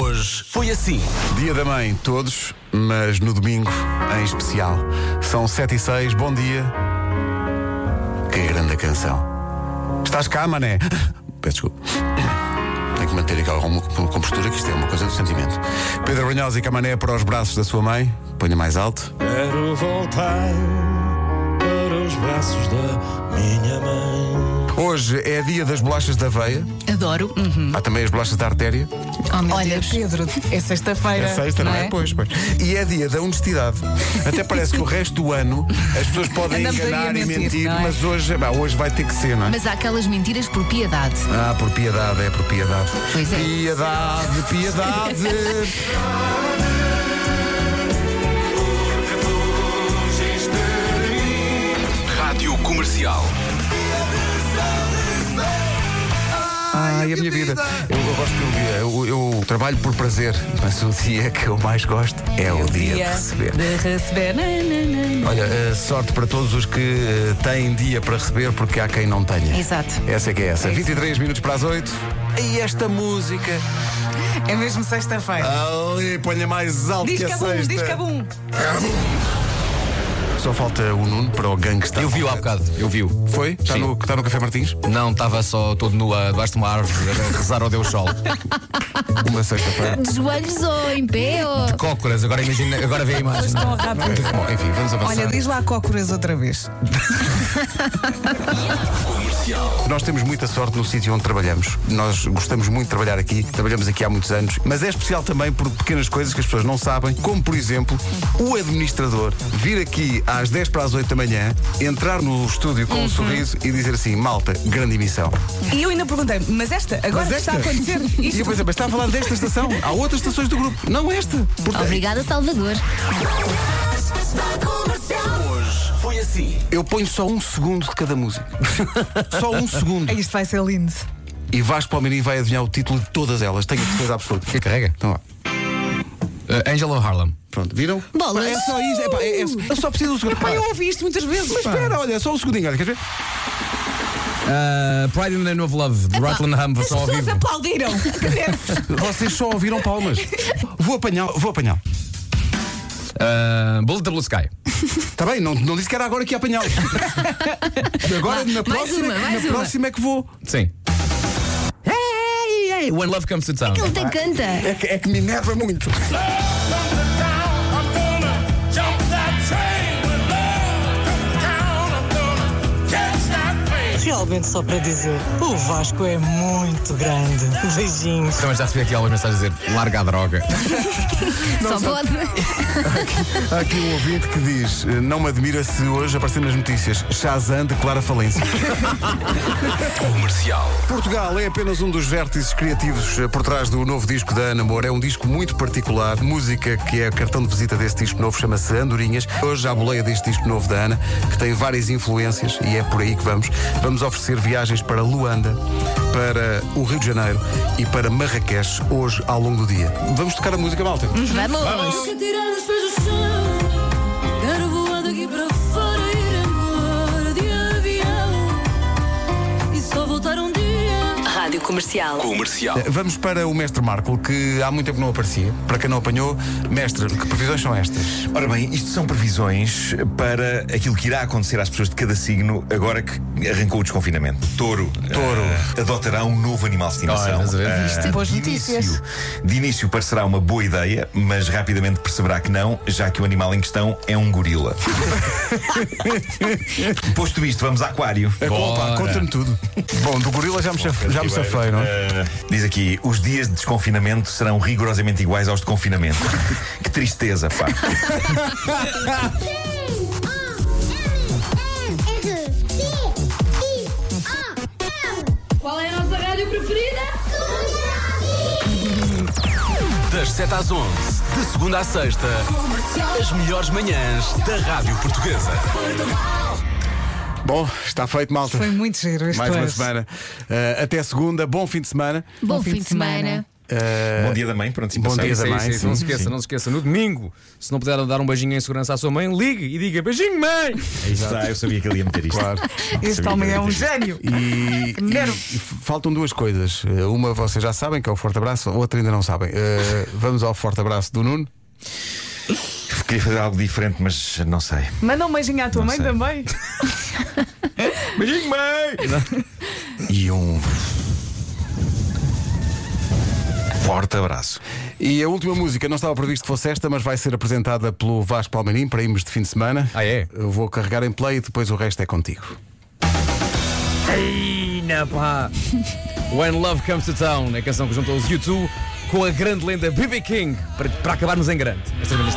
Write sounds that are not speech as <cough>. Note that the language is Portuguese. Hoje foi assim. Dia da Mãe, todos, mas no domingo em especial. São 7 e 6, bom dia. Que grande canção. Estás cá, mané? Peço desculpa. <coughs> Tenho que manter aqui alguma compostura, que isto é uma coisa do sentimento. Pedro Brunhosa e Camané para os braços da sua mãe. Ponha mais alto. Quero voltar para os braços da minha mãe. Hoje é dia das bolachas da veia. Adoro. Há também as bolachas da artéria. Uhum. Oh, meu Olha, Deus. Pedro, é sexta-feira. né? Pois, pois. E é dia da honestidade. Até parece que o resto do ano as pessoas podem Andamos aí a enganar e mentir, mentir, não é? mas hoje, bah, hoje vai ter que ser, não é? Mas há aquelas mentiras por piedade. Ah, por piedade, é por piedade. Pois é. Piedade, piedade. Rádio Comercial. Ai, a minha vida. Eu, eu gosto pelo dia. Eu, eu trabalho por prazer, mas o dia que eu mais gosto é, o dia, de receber. De receber. Na, na, na, na. Olha, eh, sorte para todos os que eh, têm dia para receber, porque há quem não tenha. Exato. Essa é que é essa. 23 minutos para as 8. E esta música. É mesmo sexta-feira. Ali, ponha mais alto diz que a cabum, sexta. diz é cabum. Só falta o Nuno para o gangsta. Eu vi-o há bocado, eu vi-o. Foi? Está Sim. no, está no Café Martins? Não, estava só todo nu ah, debaixo de uma árvore a rezar ao Deus Sol. Uma sexta-feira. De joelhos ou em pé ou... Cócoras, agora imagina, agora vê a imagem. Estão rápido. Bom, enfim, vamos avançar. Olha, diz lá cócoras outra vez. Nós temos muita sorte no sítio onde trabalhamos. Nós gostamos muito de trabalhar aqui, trabalhamos aqui há muitos anos, mas é especial também por pequenas coisas que as pessoas não sabem, como por exemplo, o administrador vir aqui às 10 para as 8 da manhã, entrar no estúdio com um sorriso e dizer assim: malta, grande emissão. E eu ainda perguntei, mas esta, agora que está a acontecer E eu isto. pensei, mas está a falar desta estação? Há outras estações do grupo, não esta. Portanto, Obrigada, Salvador. Hoje foi assim. eu ponho só um segundo de cada música. <laughs> só um segundo. Ah, Isto vai ser lindo. E Vasco Palmeirinho vai adivinhar o título de todas elas, tenho a certeza absoluta. Carrega. Então, lá. Ah, Angela Harlem. Pronto, viram? Bolas. Pá, É só isto, é, pá, é- é- eu só preciso de um segundo. Pá, eu- ouvi isto muitas vezes. mas espera, olha, só um segundinho, olha, queres ver? Ah, Pride in the Name of Love, de Rotlingham, As versão ao pessoas vivo. aplaudiram. Que nervos. Vocês só ouviram <laughs> palmas. Vou apanhar, vou apanhar. Ah, Bullet the Blue Sky. Está Tá bem, não, não disse que era agora que ia apanhá-lo. Agora, na próxima, uma, mais na uma. próxima é que vou. Sim. Hey, hey, When Love Comes to Town. Ele te canta. É que, é que me enerva muito. Realmente só para dizer, o Vasco é muito grande. Beijinhos. Também já recebi aqui algumas mensagens a dizer larga a droga. Só pode. Há aqui um ouvinte que diz: eh, Não me admira se hoje aparecer nas notícias Shazam declara falência. Comercial. Portugal é apenas um dos vértices criativos eh, por trás do novo disco da Ana Moura. É um disco muito particular. Música que é cartão de visita desse disco novo chama-se Andorinhas. Hoje a boleia deste disco novo da Ana, que tem várias influências e é por aí que vamos. Vamos oferecer viagens para Luanda, para o Rio de Janeiro e para Marrakech hoje ao longo do dia. Vamos tocar a música, malta. Vamos. Quero tirar os pés do chão. Quero voar daqui para fora, ir embora de avião. E só voltar um dia. Rádio Comercial. Comercial. Eh, Vamos para o Mestre Marco, que há muito tempo não aparecia. Para quem não apanhou, Mestre, que previsões são estas? Ora bem, isto são previsões para aquilo que irá acontecer às pessoas de cada signo agora que arrancou o desconfinamento. Touro. Touro. ah, adotará um novo animal de Olha, estimação. estás a ver? Ah, Viste? Boas de, notícias. início, de início parecerá uma boa ideia, mas rapidamente perceberá que não, já que o animal em questão é <laughs> um gorila. Posto isto, vamos a Aquário. Eh, Opa, conta-me <laughs> tudo. Bom, do gorila já me, chaf- já me safei, não é? Eh, diz aqui, os dias de desconfinamento serão rigorosamente iguais aos <laughs> de confinamento. que tristeza, pá. Qual é a nossa rádio preferida? Das 7 às 11, de segunda à sexta, as melhores manhãs da Rádio Portuguesa. Bom, está feito, malta. Foi muito giro é. este Mais uma ano. semana. Eh, até segunda, bom fim de semana. Bom fim de semana. Bom dia da mãe, pronto, Eh, Bom passei. dia da Sim, mãe, sim, sim, não se sim. esqueça, não se esqueça. No domingo, se não puder dar um beijinho em segurança à sua mãe, ligue e diga beijinho, mãe! Aí está, eu sabia que ele ia meter isto. Claro. Este homem é um <laughs> gênio. E, <laughs> e- Nervo. e f- faltam duas coisas. Eh, Uma vocês já sabem, que é o forte abraço, outra ainda não sabem. Eh, vamos ao forte abraço do Nuno. Queria fazer algo diferente, mas não sei. Manda um beijinho à tua Não mãe sei. também. Beijinho, mãe! E um. Forte abraço. E a última música não estava previsto que fosse esta, mas vai ser apresentada pelo Vasco Palmeirim para irmos de fim de semana. Ah, é? Eu vou carregar em play e depois o resto é contigo. Ina, pá! <laughs> When Love Comes to Town, a canção que juntou os YouTube com a grande lenda BB King para, para acabarmos em grande. Esta é a minha